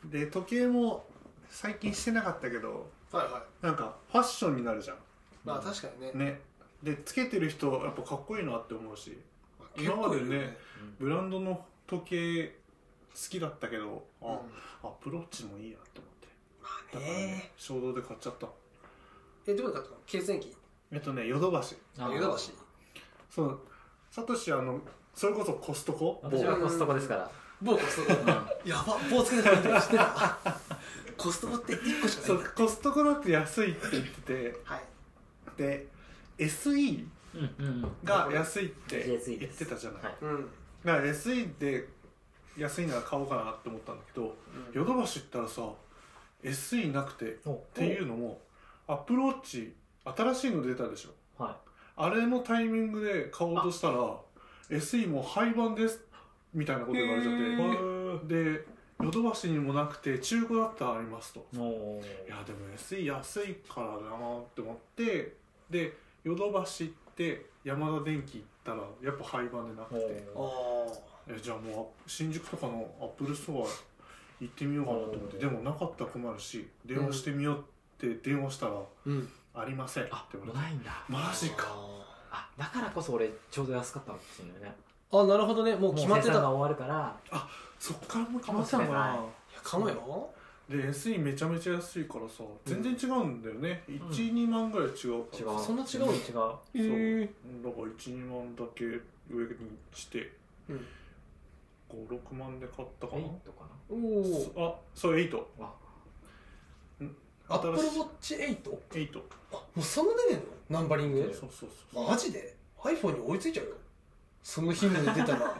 [SPEAKER 1] で時計も最近してなかったけど
[SPEAKER 3] はいはい
[SPEAKER 1] なんかファッションになるじゃ
[SPEAKER 3] まあ確かにね
[SPEAKER 1] んねでつけてる人やっぱかっこいいなって思うし
[SPEAKER 3] ま
[SPEAKER 1] 今までね
[SPEAKER 2] うん
[SPEAKER 1] ブランドの時計好きだったけどあ、
[SPEAKER 3] うん
[SPEAKER 1] アプローチもいいなと思って
[SPEAKER 3] まあ
[SPEAKER 1] だからね、
[SPEAKER 3] ね
[SPEAKER 1] 衝動で買っちゃった
[SPEAKER 3] えどこで買ったの経線機
[SPEAKER 1] えっとねヨドバシ
[SPEAKER 2] あー
[SPEAKER 3] ヨドバシ
[SPEAKER 1] そうサトシあのそれこそコストコ
[SPEAKER 2] 私はコストコですから
[SPEAKER 3] 某コストコやば棒つけてるって知ってたコストコって1個しか
[SPEAKER 1] そ
[SPEAKER 3] ないんだ
[SPEAKER 1] うコストコだって安いって言って
[SPEAKER 3] はい
[SPEAKER 1] てで SE
[SPEAKER 2] うんうんうん
[SPEAKER 1] が安いって言
[SPEAKER 2] GSE です
[SPEAKER 1] ってたじゃない、
[SPEAKER 2] はい
[SPEAKER 3] うん
[SPEAKER 1] だから SE で安いなら買おうかなって思ったんだけどヨドバシ行ったらさ SE なくてっ
[SPEAKER 2] お
[SPEAKER 1] ていうのもアップローチ新しいの出たでしょ
[SPEAKER 2] はい
[SPEAKER 1] あれのタイミングで買おうとしたら SE も廃盤ですみたいなこと言われちゃ
[SPEAKER 3] へ
[SPEAKER 1] っ
[SPEAKER 3] ー
[SPEAKER 1] てでヨドバシにもなくて中古だったらありますと
[SPEAKER 2] お
[SPEAKER 1] い
[SPEAKER 2] ー
[SPEAKER 1] やでも SE 安いからだなって思ってでヨドバシ行ってヤマダ電機行ったらやっぱ廃盤でなく
[SPEAKER 2] お
[SPEAKER 1] て
[SPEAKER 2] ー
[SPEAKER 3] あ
[SPEAKER 1] えじゃあもう新宿とかのアップルストア行ってみようかなと思っ
[SPEAKER 2] う
[SPEAKER 1] て
[SPEAKER 2] ん
[SPEAKER 1] でもなかったら困るし電話してみようって電話したら
[SPEAKER 3] うん
[SPEAKER 1] ありませんって
[SPEAKER 2] あ
[SPEAKER 1] 言わ
[SPEAKER 2] も
[SPEAKER 1] れ
[SPEAKER 2] う
[SPEAKER 1] て
[SPEAKER 2] ないんだ
[SPEAKER 1] マジか
[SPEAKER 2] あだからこそ俺ちょうど安かったのかもしれないね
[SPEAKER 3] あなるほどねもう
[SPEAKER 2] もう
[SPEAKER 3] 決
[SPEAKER 2] 生
[SPEAKER 3] まって
[SPEAKER 2] 産
[SPEAKER 3] た
[SPEAKER 2] が終わるから
[SPEAKER 1] そっからもう決まってたのか
[SPEAKER 2] か
[SPEAKER 1] な
[SPEAKER 2] も
[SPEAKER 3] いやかもよ
[SPEAKER 1] で SE めちゃめちゃ安いからさ全然違うんだよね
[SPEAKER 2] ん
[SPEAKER 1] 12万ぐらい違うか
[SPEAKER 2] 違
[SPEAKER 1] ら
[SPEAKER 2] う
[SPEAKER 3] そんな違う
[SPEAKER 2] の
[SPEAKER 3] の
[SPEAKER 2] 違う
[SPEAKER 1] そうだから
[SPEAKER 3] へえ
[SPEAKER 1] 12万だけ上にして
[SPEAKER 3] うん
[SPEAKER 1] 56万で買ったか
[SPEAKER 2] エイ
[SPEAKER 1] な
[SPEAKER 2] トか
[SPEAKER 3] おお
[SPEAKER 1] あそう8
[SPEAKER 2] なあ
[SPEAKER 3] アップルウ
[SPEAKER 1] 新
[SPEAKER 3] ォ
[SPEAKER 1] しい
[SPEAKER 3] ッチ8
[SPEAKER 1] 8
[SPEAKER 3] あもうそんな出てんのナンバリング
[SPEAKER 1] そうそうそう
[SPEAKER 3] マジで iPhone に追いついちゃうよその頻度に出たら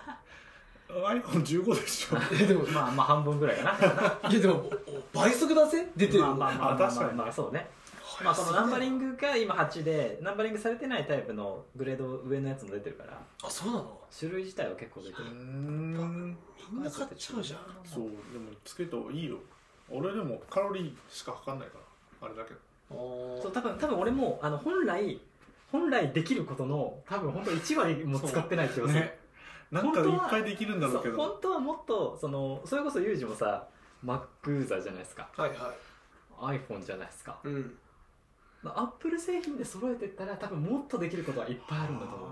[SPEAKER 1] iPhone15 でしょ
[SPEAKER 3] えでも
[SPEAKER 2] まあまあ半分ぐらいかな
[SPEAKER 3] いやでもおお倍速だぜ出てる
[SPEAKER 2] まあまあまあまあ
[SPEAKER 1] あ確
[SPEAKER 2] ま
[SPEAKER 1] か
[SPEAKER 2] あ
[SPEAKER 1] に
[SPEAKER 2] まあそうねまあそのナンバリ
[SPEAKER 3] グ
[SPEAKER 2] ングが今8でナンバリングされてないタイプのグレード上のやつも出てるから
[SPEAKER 3] あそうなの
[SPEAKER 2] 種類自体は結構出て
[SPEAKER 1] うー
[SPEAKER 2] る
[SPEAKER 1] ん
[SPEAKER 3] みんな買っちゃうじゃん
[SPEAKER 1] そうでもつけた方がいいよ俺でもカロリーしか測んないからあれだけど
[SPEAKER 3] お
[SPEAKER 2] そう
[SPEAKER 3] ー
[SPEAKER 2] 多分多分俺もあの本来本来できることの多分本当1割も使ってない気がする、
[SPEAKER 1] ねなんかいっぱいできるんだろうけ
[SPEAKER 2] そう本
[SPEAKER 1] ど
[SPEAKER 2] 当はもっとそのそれこそユージもさ Mac ユーザーじゃないですか
[SPEAKER 3] はいはい
[SPEAKER 2] iPhone じゃないですか
[SPEAKER 3] うん
[SPEAKER 2] アップル製品で揃えてったら多分もっとできることはいっぱいあるんだと思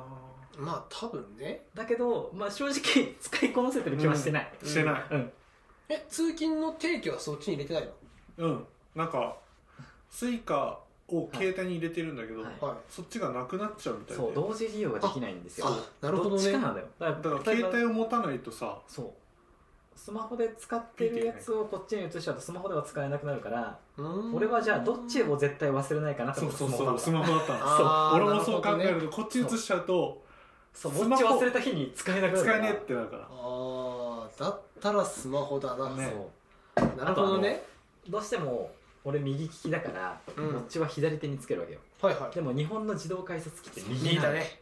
[SPEAKER 2] う
[SPEAKER 3] まあ多分ね
[SPEAKER 2] だけど、まあ、正直 使いこなせてる気はしてない、
[SPEAKER 1] してない
[SPEAKER 2] うん
[SPEAKER 3] え通勤の定期はそっちに入れてない
[SPEAKER 1] う
[SPEAKER 3] の
[SPEAKER 1] んなんかスイカを携帯に入れてるんだけど、
[SPEAKER 2] はい
[SPEAKER 3] はい
[SPEAKER 1] そっちがなくなっちゃうみたいで
[SPEAKER 2] そう同時利用ができないんですよ
[SPEAKER 3] あなるほど
[SPEAKER 2] っち
[SPEAKER 3] ね
[SPEAKER 2] かなんだよだ
[SPEAKER 1] だから
[SPEAKER 2] 例え
[SPEAKER 1] 携
[SPEAKER 2] ば
[SPEAKER 1] 帯を持たないとさ
[SPEAKER 2] そうスマホで使ってるやつをこっちに移しちゃうとスマホでは使えなくなるから俺はじゃあどっちを絶対忘れないかなと
[SPEAKER 1] そう
[SPEAKER 2] 思って
[SPEAKER 1] そうそうスマホだったの
[SPEAKER 3] あー
[SPEAKER 1] 俺もそう考え
[SPEAKER 3] な
[SPEAKER 1] る
[SPEAKER 3] ほどね
[SPEAKER 1] とこっち移しちゃうと
[SPEAKER 2] そう
[SPEAKER 1] ス
[SPEAKER 2] ウォ
[SPEAKER 1] マ
[SPEAKER 2] ッ
[SPEAKER 1] ホ
[SPEAKER 2] チ忘れた日に使えなくなるか
[SPEAKER 1] 使
[SPEAKER 2] ら
[SPEAKER 1] えねえってなるから
[SPEAKER 3] ああだったらスマホだな、
[SPEAKER 1] ね
[SPEAKER 2] そう
[SPEAKER 3] なるほどね
[SPEAKER 2] どうしても俺右利きだから、
[SPEAKER 3] うん
[SPEAKER 2] こっちは左手につけるわけよ
[SPEAKER 3] はいはい
[SPEAKER 2] でも日本の自動改札機って右
[SPEAKER 3] 右
[SPEAKER 2] なの
[SPEAKER 3] だね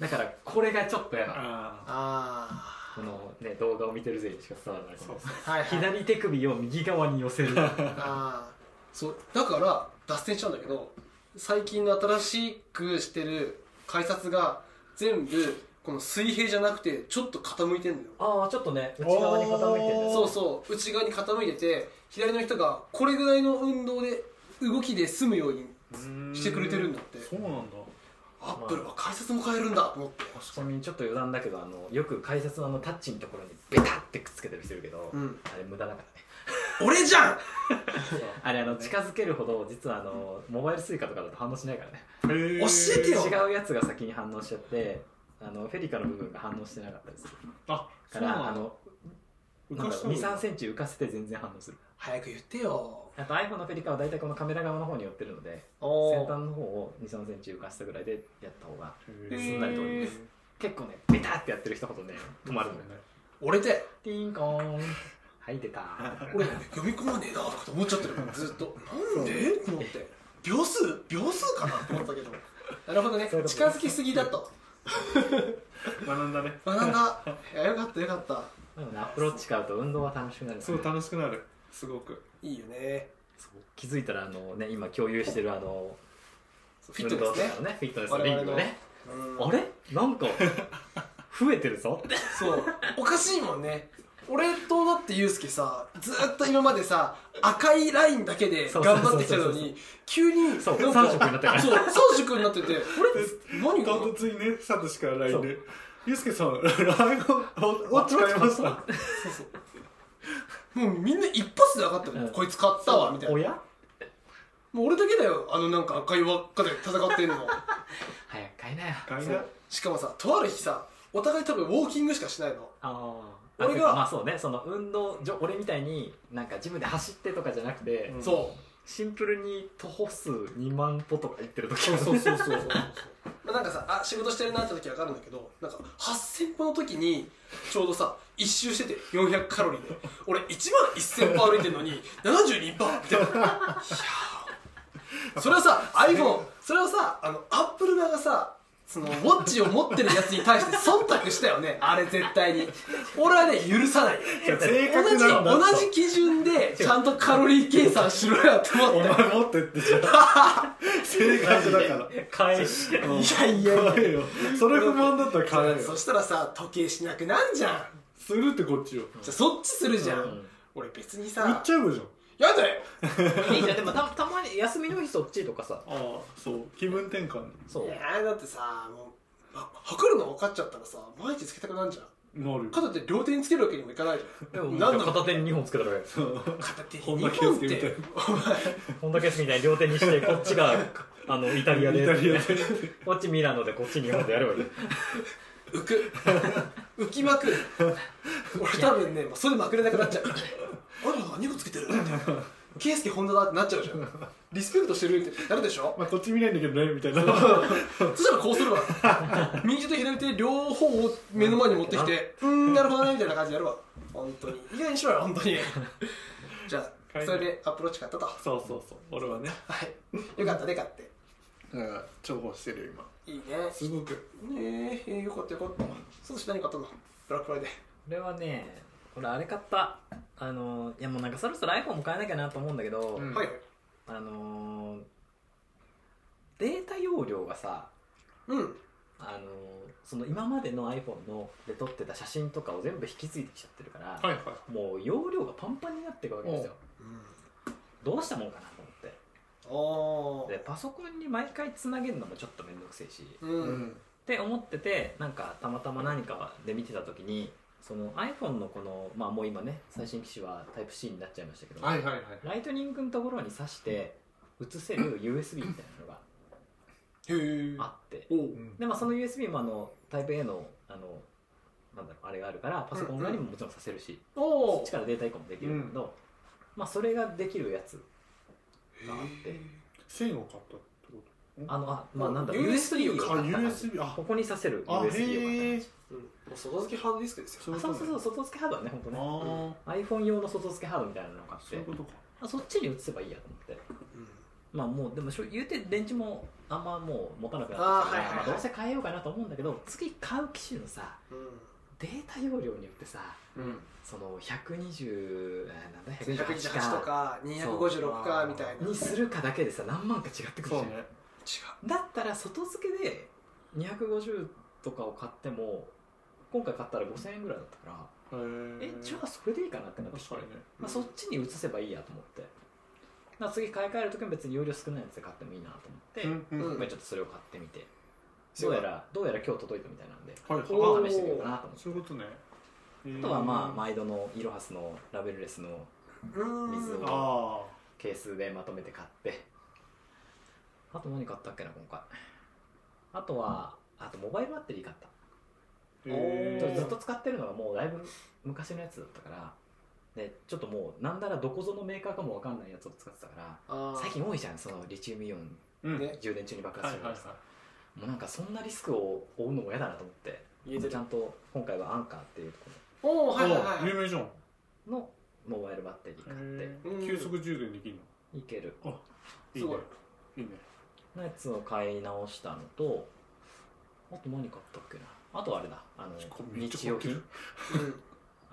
[SPEAKER 2] だからこれがちょっと嫌なの
[SPEAKER 1] あ
[SPEAKER 3] あ
[SPEAKER 2] このね動画を見てるぜにしか伝わらない
[SPEAKER 1] あそう
[SPEAKER 2] こ
[SPEAKER 1] そう
[SPEAKER 3] あはい、
[SPEAKER 2] の
[SPEAKER 3] はい、
[SPEAKER 2] 左手首を右側に寄せる
[SPEAKER 3] ああそうだから脱線しちゃうんだけど最近の新しくしてる改札が全部この水平じゃなくてちょっと傾いてんのよ
[SPEAKER 2] ああちょっとね内側に傾いてる
[SPEAKER 1] おー
[SPEAKER 3] そうそう内側に傾いてて左の人がこれぐらいの運動で動きで済むように
[SPEAKER 1] うーん
[SPEAKER 3] してくれてるんだって
[SPEAKER 1] そうなんだ
[SPEAKER 3] アップルは改札も変えるんだと思って
[SPEAKER 2] ちなみにちょっと余談だけどあのよく改札のあのタッチのところにベタってくっつけてる人いるけど、
[SPEAKER 3] うん
[SPEAKER 2] あれ無駄だからね
[SPEAKER 3] 俺じゃん
[SPEAKER 2] あれあの近づけるほど実はあのモバイルスイカとかだと反応しないからね
[SPEAKER 1] 教え
[SPEAKER 3] 教えてよ
[SPEAKER 2] 違うやつが先に反応しちゃってあのフェリカの部分が反応してなかったでする
[SPEAKER 1] あ
[SPEAKER 2] か
[SPEAKER 1] そうなん
[SPEAKER 2] ら
[SPEAKER 1] だ
[SPEAKER 2] あの
[SPEAKER 1] 浮
[SPEAKER 2] なん
[SPEAKER 1] か
[SPEAKER 2] だ
[SPEAKER 1] し
[SPEAKER 2] ろ
[SPEAKER 1] た
[SPEAKER 2] う
[SPEAKER 1] の
[SPEAKER 2] 23センチ浮かせて全然反応する
[SPEAKER 3] 早く言ってよ
[SPEAKER 2] あと iPhone のフェリカは大体このカメラ側の方に寄ってるので
[SPEAKER 3] お
[SPEAKER 2] 先端の方を23センチ浮かせたぐらいでやった方が
[SPEAKER 1] へー
[SPEAKER 2] すんなり通ります結構ねベタってやってる人ほどね止まるのよ
[SPEAKER 3] 俺で
[SPEAKER 2] ティーンコーンはい出た
[SPEAKER 3] 俺呼び込まねえなとかと思っちゃってるからずっとなんでと思って秒数秒数かなって思った けどなるほどね
[SPEAKER 2] そういうこと
[SPEAKER 3] 近づきすぎだと
[SPEAKER 1] 学んだね
[SPEAKER 3] 学んだいやよかったよかった
[SPEAKER 2] なのでアプローチ 買うと運動は楽しくなる
[SPEAKER 1] そう楽しくなるすごく
[SPEAKER 3] いいよね
[SPEAKER 2] そう気づいたらあのね今共有してるあの
[SPEAKER 3] フィットで
[SPEAKER 2] 運動とか
[SPEAKER 3] すね
[SPEAKER 2] のフィットネスの
[SPEAKER 3] 我
[SPEAKER 2] リン
[SPEAKER 3] 々
[SPEAKER 2] グ
[SPEAKER 3] の
[SPEAKER 2] ね
[SPEAKER 3] うん
[SPEAKER 2] あれなんか増えてるぞ
[SPEAKER 3] そうおかしいもんね俺とだってユうスケさずーっと今までさ赤いラインだけで頑張ってきたのに急に
[SPEAKER 2] そう
[SPEAKER 3] なんか
[SPEAKER 2] 三色になったから
[SPEAKER 3] そう三色になってて俺何
[SPEAKER 1] 唐
[SPEAKER 3] が
[SPEAKER 1] 突にねサトシから LINE でゆうすけさん、ラーメンを、お、使いました。
[SPEAKER 3] そうそうもうみんな一発で分かったよ、
[SPEAKER 2] うん
[SPEAKER 3] こいつ買ったわみたいな
[SPEAKER 2] おや
[SPEAKER 3] もう俺だけだよあのなんか赤い輪っかで戦ってんの
[SPEAKER 2] 早く買いなよ
[SPEAKER 1] 買い
[SPEAKER 3] そ
[SPEAKER 1] な
[SPEAKER 3] うしかもさとある日さお互い多分ウォーキングしかしないの
[SPEAKER 2] ああ
[SPEAKER 3] 俺が
[SPEAKER 2] てかまあそうねその運動じょ俺みたいになんかジムで走ってとかじゃなくて、
[SPEAKER 1] うん
[SPEAKER 3] そ
[SPEAKER 2] シンプルに徒歩数2万歩とか行ってる時
[SPEAKER 1] そうそうそうそう
[SPEAKER 3] う。そうそうまあなんかさあ仕事してるなって時わかるんだけどなんか8000歩の時にちょうどさ一周してて400カロリーで俺1万1000歩歩いてるのに72歩みたいないやーそれはさ iPhone それはさあのアップル側がさそのウォッチを持ってるやつに対して忖度したよねあれ絶対に俺はね許さない
[SPEAKER 1] いや
[SPEAKER 3] 同
[SPEAKER 1] 正確
[SPEAKER 3] じ
[SPEAKER 1] なんだ
[SPEAKER 3] 同じ基準でちゃんとカロリー計算しろよって思っ
[SPEAKER 1] お
[SPEAKER 3] て
[SPEAKER 1] 前持ってってじ ゃん。正確だから。
[SPEAKER 2] 返し
[SPEAKER 1] うん
[SPEAKER 3] いやいやいや
[SPEAKER 1] 買えよ。それ不満だったら買えよ。
[SPEAKER 3] そしたらさ時計しなくなんじゃん
[SPEAKER 1] するってこっちを。
[SPEAKER 3] じゃあそっちするじゃん、
[SPEAKER 2] うん
[SPEAKER 3] 俺別に
[SPEAKER 1] 売っ
[SPEAKER 3] さ
[SPEAKER 1] ちゃうじゃん。
[SPEAKER 3] やだよ
[SPEAKER 2] いいじゃんでもたたまに休みの日そっちとかさ
[SPEAKER 1] ああ、そう。気分転換に。
[SPEAKER 2] そ
[SPEAKER 3] いやだってさもうは測るの分かっちゃったらさ毎日つけたくなんじゃん
[SPEAKER 1] なるよ。
[SPEAKER 3] かといって両手につけるわけにもいかないじ
[SPEAKER 2] で
[SPEAKER 3] ゃ
[SPEAKER 2] も
[SPEAKER 3] ん何なの
[SPEAKER 2] 片手に2本つけたら
[SPEAKER 3] 片手に
[SPEAKER 1] こんな
[SPEAKER 3] 2
[SPEAKER 1] 気を
[SPEAKER 3] 本っ
[SPEAKER 1] つけみたい
[SPEAKER 3] てお前
[SPEAKER 2] 本田圭佑みたいに両手にしてこっち があのイタリアで
[SPEAKER 1] イタリアで
[SPEAKER 2] こっちミラノでこっち日本でやればいい
[SPEAKER 3] 浮く浮きまくる俺多分ねもうそれまくれなくなっちゃうあら何個つけてるみたいな圭佑本田だってなっちゃうじゃんリスペクトしてるってなるでし ょ
[SPEAKER 1] まあ、こっち見ないんだけどね、み たいな。
[SPEAKER 3] そしたらこうする わ右手と左手両方を目の前に持ってきてうーんなるほどねみたいな感じでやるわ本当に意外にしろよ本当にじゃあそれでアプローチ買ったとは
[SPEAKER 1] そうそうそう。俺はね。
[SPEAKER 3] いよかったね買って
[SPEAKER 1] だから、重宝してるよ、今。
[SPEAKER 3] いいね
[SPEAKER 1] すごく。
[SPEAKER 3] ねえよかったよかったそして何買ったのブラックフライデー
[SPEAKER 2] これはねこれあれ買ったあのいやもうなんかそろそろ iPhone も買えなきゃなと思うんだけど、
[SPEAKER 1] うん
[SPEAKER 3] はい
[SPEAKER 2] あのーデータ容量がさ
[SPEAKER 3] うん
[SPEAKER 2] あのーその今までの iPhone ので撮ってた写真とかを全部引き継いできちゃってるから、
[SPEAKER 1] はいはい。
[SPEAKER 2] もう容量がパンパンになっていくわけですよどうしたもんかなと思って
[SPEAKER 3] おー
[SPEAKER 2] でパソコンに毎回つなげるのもちょっと面倒くせえしっ
[SPEAKER 3] うん、
[SPEAKER 2] て思っててなんかたまたま何かで見てた時にその iPhone のこのまあもう今ね最新機種は Type-C になっちゃいましたけど、
[SPEAKER 1] はいはいはい。
[SPEAKER 2] ライトニングのところに挿して映せる USB みたいなのが
[SPEAKER 3] へえ
[SPEAKER 2] あって
[SPEAKER 3] おう
[SPEAKER 2] でまあその USB もあのタイプ A のあのなんだろうあれがあるからパソコン裏にももちろんさせるし、
[SPEAKER 3] お
[SPEAKER 2] そっちからデータ移行もできるんだけど、まあそれができるやつ
[SPEAKER 3] ー
[SPEAKER 2] があって
[SPEAKER 1] 線を買ったってこ
[SPEAKER 2] あのあまあなんだ
[SPEAKER 3] USB
[SPEAKER 2] を
[SPEAKER 1] と。あ、
[SPEAKER 2] 買った感じ
[SPEAKER 1] USB、あ
[SPEAKER 2] こ、こにさせる USB
[SPEAKER 1] あ
[SPEAKER 2] を買った
[SPEAKER 1] へ
[SPEAKER 2] 感
[SPEAKER 1] え
[SPEAKER 2] じ
[SPEAKER 3] うん、もう外付けハードディスクですよ
[SPEAKER 1] そう
[SPEAKER 2] あ
[SPEAKER 1] いう
[SPEAKER 2] そ
[SPEAKER 1] こ
[SPEAKER 2] う
[SPEAKER 1] と
[SPEAKER 2] そう
[SPEAKER 1] ね
[SPEAKER 2] そう外付けハードはね本当
[SPEAKER 1] あ
[SPEAKER 2] ね
[SPEAKER 1] ー
[SPEAKER 2] iPhone 用の外付けハードみたいなのを買
[SPEAKER 1] そういう
[SPEAKER 2] って
[SPEAKER 1] ことか。
[SPEAKER 2] あそっちに移せばいいやと思ってまあもうでもしょ言うて電池もあんまもう持たなくなってきたから
[SPEAKER 3] あーはいはいはい
[SPEAKER 2] まあ、どうせ変えようかなと思うんだけど次買う機種のさ
[SPEAKER 3] うん、うん
[SPEAKER 2] データ容量によってさ
[SPEAKER 1] うん。
[SPEAKER 2] その120あなんだ128
[SPEAKER 3] 128
[SPEAKER 2] か
[SPEAKER 3] とか256かみたいな違う
[SPEAKER 2] にするかだけでさ何万か違ってくる
[SPEAKER 1] そ
[SPEAKER 2] じ
[SPEAKER 1] う
[SPEAKER 2] ゃん、
[SPEAKER 1] ね。
[SPEAKER 2] だったら外付けで250とかを買っても今回買ったら5000円ぐらいだったから
[SPEAKER 1] へー
[SPEAKER 2] えじゃあそれでいいかなってなってき
[SPEAKER 1] 確
[SPEAKER 2] て
[SPEAKER 1] かにね。
[SPEAKER 2] まあ、そっちに移せばいいやと思ってだから次買い替える時も別に容量少ないやつで買ってもいいなと思って、
[SPEAKER 1] うんうん
[SPEAKER 3] うん
[SPEAKER 2] 今ちょっとそれを買ってみて
[SPEAKER 3] そ
[SPEAKER 2] ど
[SPEAKER 3] う
[SPEAKER 2] う
[SPEAKER 3] だ
[SPEAKER 2] やらどうやら今日届いたみたいなんで
[SPEAKER 1] はい
[SPEAKER 2] これを試してみようかなと思って
[SPEAKER 1] そういうことね。
[SPEAKER 2] あとはまあ
[SPEAKER 1] あ、
[SPEAKER 2] 毎度のイロハスのラベルレスの水
[SPEAKER 3] 水
[SPEAKER 2] を
[SPEAKER 1] あ
[SPEAKER 2] ケースでまとめて買ってあと何買ったっけな今回あとはあとモバイルバッテリー買った
[SPEAKER 1] ー
[SPEAKER 3] おー
[SPEAKER 2] ずっと使ってるのがもうだいぶ昔のやつだったからでちょっともうなんならどこぞのメーカーかもわかんないやつを使ってたから最近多いじゃんそのリチウムイオン
[SPEAKER 1] うん
[SPEAKER 3] ね
[SPEAKER 2] 充電中に爆
[SPEAKER 1] はい
[SPEAKER 2] 発
[SPEAKER 1] は
[SPEAKER 2] す
[SPEAKER 1] いはい
[SPEAKER 2] るからさもうなんかそんなリスクを負うのも嫌だなと思って
[SPEAKER 3] 家出
[SPEAKER 2] ちゃんと今回はアンカーっていうとこ
[SPEAKER 3] おおはいはい
[SPEAKER 1] あ
[SPEAKER 3] はい
[SPEAKER 1] 有名じゃん
[SPEAKER 2] ろのモバイルバッテリー買っ
[SPEAKER 3] うん
[SPEAKER 1] 急速充電できる
[SPEAKER 2] ていける
[SPEAKER 1] のいい
[SPEAKER 3] すご
[SPEAKER 1] ね
[SPEAKER 3] い
[SPEAKER 1] いいね
[SPEAKER 2] のやつを買い直したのとあと何買ったっけなあとあれだあの
[SPEAKER 1] めっちゃ
[SPEAKER 2] 日用
[SPEAKER 1] 買って
[SPEAKER 2] 品
[SPEAKER 1] る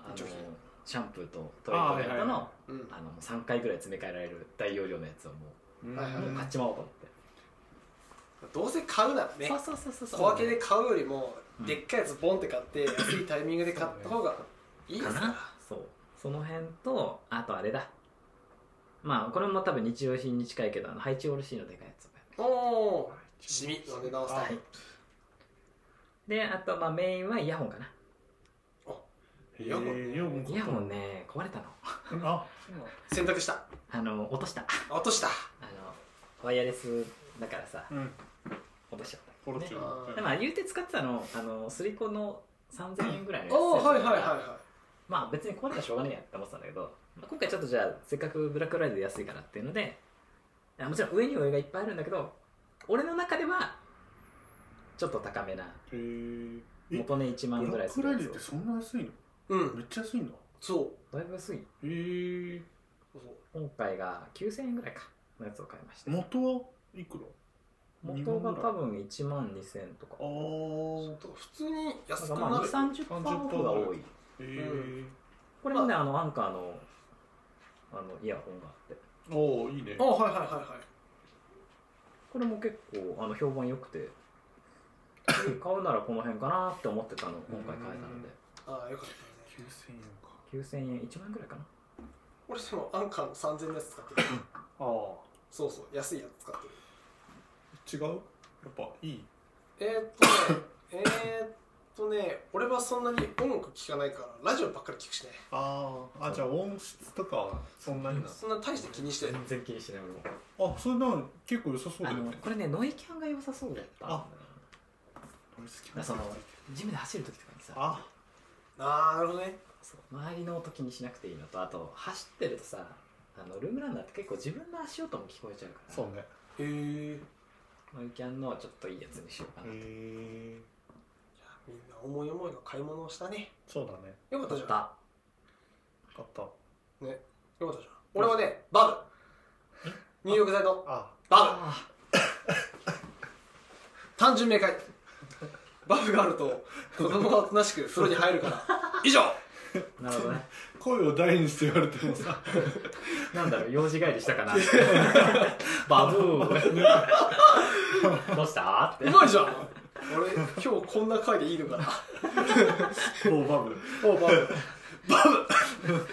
[SPEAKER 2] あの
[SPEAKER 3] 日用品
[SPEAKER 2] シャンプーとトイレットペーパ
[SPEAKER 1] あーは
[SPEAKER 2] ー
[SPEAKER 1] いはい
[SPEAKER 2] の
[SPEAKER 1] は
[SPEAKER 3] うんうん
[SPEAKER 2] あの3回ぐらい詰め替えられる大容量のやつをも
[SPEAKER 1] うん
[SPEAKER 3] はいは
[SPEAKER 2] う
[SPEAKER 3] い
[SPEAKER 2] もう買っちまおうと思って、
[SPEAKER 3] どうせ買うならね
[SPEAKER 2] そうそうそうそうそう
[SPEAKER 3] 小分けで買うよりも
[SPEAKER 2] うん
[SPEAKER 3] でっかいやつボンって買って安いタイミングで買った方がいいです
[SPEAKER 2] か
[SPEAKER 3] から
[SPEAKER 2] なそうその辺とあとあれだまあこれも多分日用品に近いけどあのハイチオールシーのでかいやつ
[SPEAKER 3] おおシミ飲んで直すタ
[SPEAKER 1] あ
[SPEAKER 3] イ
[SPEAKER 2] であとまあメインはイヤホンかな
[SPEAKER 1] イヤホンイヤホン
[SPEAKER 2] イヤホンね壊れたの
[SPEAKER 1] あ
[SPEAKER 3] 選択した
[SPEAKER 2] あの落としたあ
[SPEAKER 3] あ落とした
[SPEAKER 2] のワイヤレスだからさ
[SPEAKER 1] うん
[SPEAKER 2] 落としちゃった
[SPEAKER 1] ポロチ
[SPEAKER 3] ね
[SPEAKER 1] ョ
[SPEAKER 2] でまあ言うて使ってたのあのスリコの3000円ぐらいの
[SPEAKER 3] ああ
[SPEAKER 2] やつ
[SPEAKER 3] はいはいはいは
[SPEAKER 2] まあ別に壊れたらしょうがないやって思ってたんだけど、まあ、今回ちょっとじゃあせっかくブラックフライドで安いからっていうのであもちろん上には上がいっぱいあるんだけど俺の中ではちょっと高めな
[SPEAKER 1] へーえ
[SPEAKER 2] 元値1万
[SPEAKER 1] ブ
[SPEAKER 2] ぐ
[SPEAKER 1] ラ
[SPEAKER 2] らい
[SPEAKER 1] ック
[SPEAKER 2] す
[SPEAKER 1] ラ
[SPEAKER 2] る
[SPEAKER 1] イ
[SPEAKER 2] や
[SPEAKER 1] デ
[SPEAKER 2] つ
[SPEAKER 1] ーっ
[SPEAKER 2] を
[SPEAKER 1] てそんな安いの
[SPEAKER 3] いうん
[SPEAKER 1] めっちゃ安いんだ
[SPEAKER 3] そう
[SPEAKER 2] だいぶ安い
[SPEAKER 1] へえ
[SPEAKER 3] そうそう
[SPEAKER 2] 今回が9000円ぐらいかのやつを買いました
[SPEAKER 1] 元はいくら
[SPEAKER 2] 元が多分1万2000とか
[SPEAKER 1] あー
[SPEAKER 3] 普通に安く
[SPEAKER 2] なんかま
[SPEAKER 3] な
[SPEAKER 2] あ
[SPEAKER 3] る
[SPEAKER 2] 2 3 0オフが多い
[SPEAKER 1] へえ
[SPEAKER 2] これもねあのアンカーのあのイヤホンがあって
[SPEAKER 1] おーいいね
[SPEAKER 3] あはいはいはいはい
[SPEAKER 2] これも結構あの評判良 くて買うならこの辺かなって思ってたの今回買えたので
[SPEAKER 3] ああよかったね
[SPEAKER 1] 9000円か
[SPEAKER 2] 9000円1万円ぐらいかな
[SPEAKER 3] 俺そのアンカーの3000のやつ 使ってる
[SPEAKER 1] ああ
[SPEAKER 3] そうそう安いやつ使ってる
[SPEAKER 1] 違うやっぱいい
[SPEAKER 3] えー、っとねえー、っとね俺はそんなに音楽聴かないからラジオばっかり聴くしね
[SPEAKER 1] あーあじゃあ音質とかはそんなにな
[SPEAKER 3] そんな大して気にしてない
[SPEAKER 2] 然気にしない俺も
[SPEAKER 1] あそれなんか結構良さそうだ
[SPEAKER 2] あ
[SPEAKER 1] よ
[SPEAKER 2] の
[SPEAKER 1] ね
[SPEAKER 2] これねノイキャンが良さそうだったんだよね
[SPEAKER 1] 俺好き
[SPEAKER 2] だからそのジムで走る時とかにさ
[SPEAKER 1] あ
[SPEAKER 3] ああなるほどね
[SPEAKER 2] そう周りの音気にしなくていいのとあと走ってるとさあのルームランナーって結構自分の足音も聞こえちゃうから
[SPEAKER 1] そうね
[SPEAKER 3] へえ
[SPEAKER 2] ノイキャンのちょっといいやつにしようかな、
[SPEAKER 1] へえ
[SPEAKER 3] みんな思い思いの買い物をしたね
[SPEAKER 1] そうだね
[SPEAKER 3] よかったじゃん
[SPEAKER 2] だ
[SPEAKER 1] 買った
[SPEAKER 3] よかったじゃん俺はねバブ入浴剤の
[SPEAKER 1] あ
[SPEAKER 3] バ
[SPEAKER 2] あ
[SPEAKER 3] ブ 単純明快バブがあると子供がおとなしく風呂に入るから 以上
[SPEAKER 2] あなるほどね
[SPEAKER 1] 声を大にして言われても さ
[SPEAKER 2] なんだろう用事帰りした かなバブー どうした って
[SPEAKER 3] うまいじゃん俺今日こんな回でいいのかな
[SPEAKER 1] オーバブル
[SPEAKER 3] おバブバブ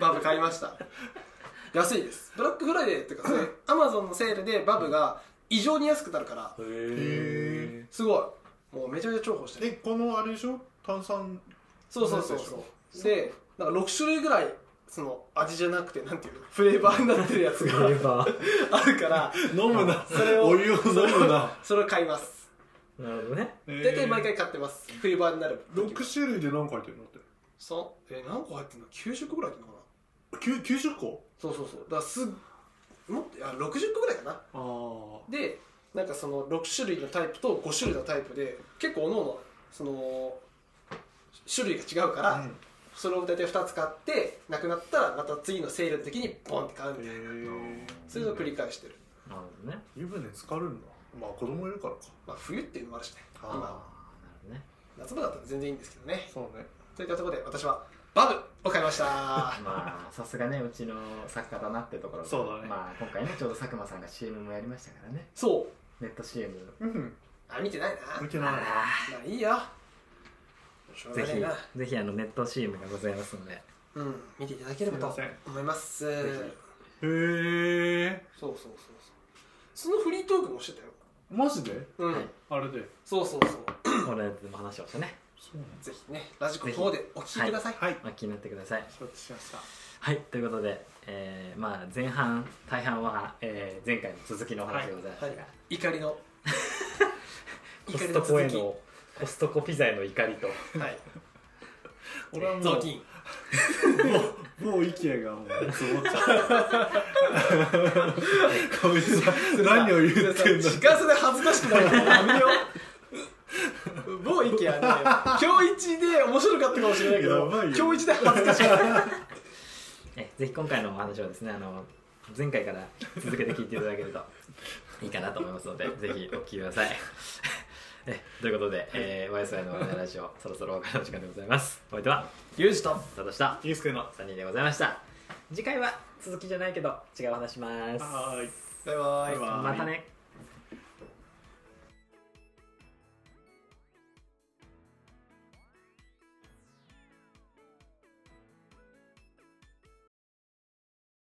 [SPEAKER 3] バブ買いました安いですブラックフライデーっていうかそれアマゾンのセールでバブが異常に安くなるから
[SPEAKER 1] へ
[SPEAKER 3] すごいもうめちゃめちゃ重宝してる
[SPEAKER 1] えこのあれでしょ炭酸
[SPEAKER 3] そうそうそうそうでなんか6種類ぐらいその味じゃなくてなんていうのフレーバーになってるやつ が
[SPEAKER 2] バー
[SPEAKER 3] あるから
[SPEAKER 1] 飲むな
[SPEAKER 3] それを
[SPEAKER 1] お湯を飲むな
[SPEAKER 3] それを買います
[SPEAKER 2] なるほどね
[SPEAKER 1] 大
[SPEAKER 3] 大体毎回買ってます冬場になる時
[SPEAKER 1] 6種類で何回入ってるのって
[SPEAKER 3] そうえ何個入ってんの90個ぐらい入ってんのかな
[SPEAKER 1] 9 90個
[SPEAKER 3] そうそうそうだからすっもっとあ60個ぐらいかな
[SPEAKER 1] あ
[SPEAKER 3] でなんかその6種類のタイプと5種類のタイプで結構おのおのその種類が違うから、
[SPEAKER 1] あ
[SPEAKER 3] それを大体2つ買ってなくなったらまた次のセールの時にボンって買うみたいな、そういうのを繰り返してる、
[SPEAKER 2] なるほどね
[SPEAKER 1] 湯船浸かるんだまあ子供いるからか
[SPEAKER 3] まあ、冬っていうのもあるしね
[SPEAKER 1] あー
[SPEAKER 3] 今
[SPEAKER 2] なるほどね
[SPEAKER 3] 夏場だったら全然いいんですけどね
[SPEAKER 1] そうね
[SPEAKER 3] といったところで私はバブを買いました
[SPEAKER 2] まあさすがねうちの作家だなってところで
[SPEAKER 1] そうだね
[SPEAKER 2] まあ今回ねちょうど佐久間さんが CM もやりましたからね
[SPEAKER 3] そう
[SPEAKER 2] ネット CM
[SPEAKER 1] うん
[SPEAKER 3] あ見てないな
[SPEAKER 1] 見てないな
[SPEAKER 3] まあいいやしょうが
[SPEAKER 2] ぜ
[SPEAKER 3] ないな
[SPEAKER 2] ひぜひあのネット CM がございますので
[SPEAKER 3] うん見ていただければと
[SPEAKER 1] すいま
[SPEAKER 3] 思います
[SPEAKER 2] ぜ
[SPEAKER 1] へえ
[SPEAKER 3] そうそうそうそうそのフリートークもしてたよ
[SPEAKER 1] マジで
[SPEAKER 3] うん、
[SPEAKER 2] はい
[SPEAKER 1] あれで
[SPEAKER 3] そうそうそう
[SPEAKER 2] このやつでも話をしてね
[SPEAKER 1] そうなん
[SPEAKER 3] ぜひねラジコの方でお聞きください、
[SPEAKER 1] はい
[SPEAKER 2] まあ気になってください
[SPEAKER 1] 承知しました
[SPEAKER 2] はいということで、えーまあ前半大半は、えー前回の続きのお話でございましたが、
[SPEAKER 3] はい怒りの
[SPEAKER 2] コストコへのコストコピザへの怒りと
[SPEAKER 3] はい
[SPEAKER 1] 俺はも
[SPEAKER 3] 雑
[SPEAKER 1] う
[SPEAKER 3] 巾
[SPEAKER 1] もう IKEA がもう積もっちゃった こい つは何を言
[SPEAKER 3] 時
[SPEAKER 1] ってんだ
[SPEAKER 3] 間差で恥ずかしくなるからやめよう某意見はね今日一で面白かったかもしれないけ
[SPEAKER 1] や
[SPEAKER 3] ど
[SPEAKER 1] ばいよ
[SPEAKER 3] 今日一で恥ずかしくなる
[SPEAKER 2] えぜひ今回のお話をですねあの前回から続けて聞いていただけ るといいかなと思いますのでぜひお聞きください えということで、えー、YSY の話題ラジオそろそろお別れの時間でございますお相手は
[SPEAKER 3] ユージと
[SPEAKER 2] 佐藤した
[SPEAKER 1] ユースケの
[SPEAKER 2] 3人でございました次回は続きじゃないけど違うお話します
[SPEAKER 1] はーい
[SPEAKER 3] バイバ
[SPEAKER 1] バイバイ
[SPEAKER 2] またね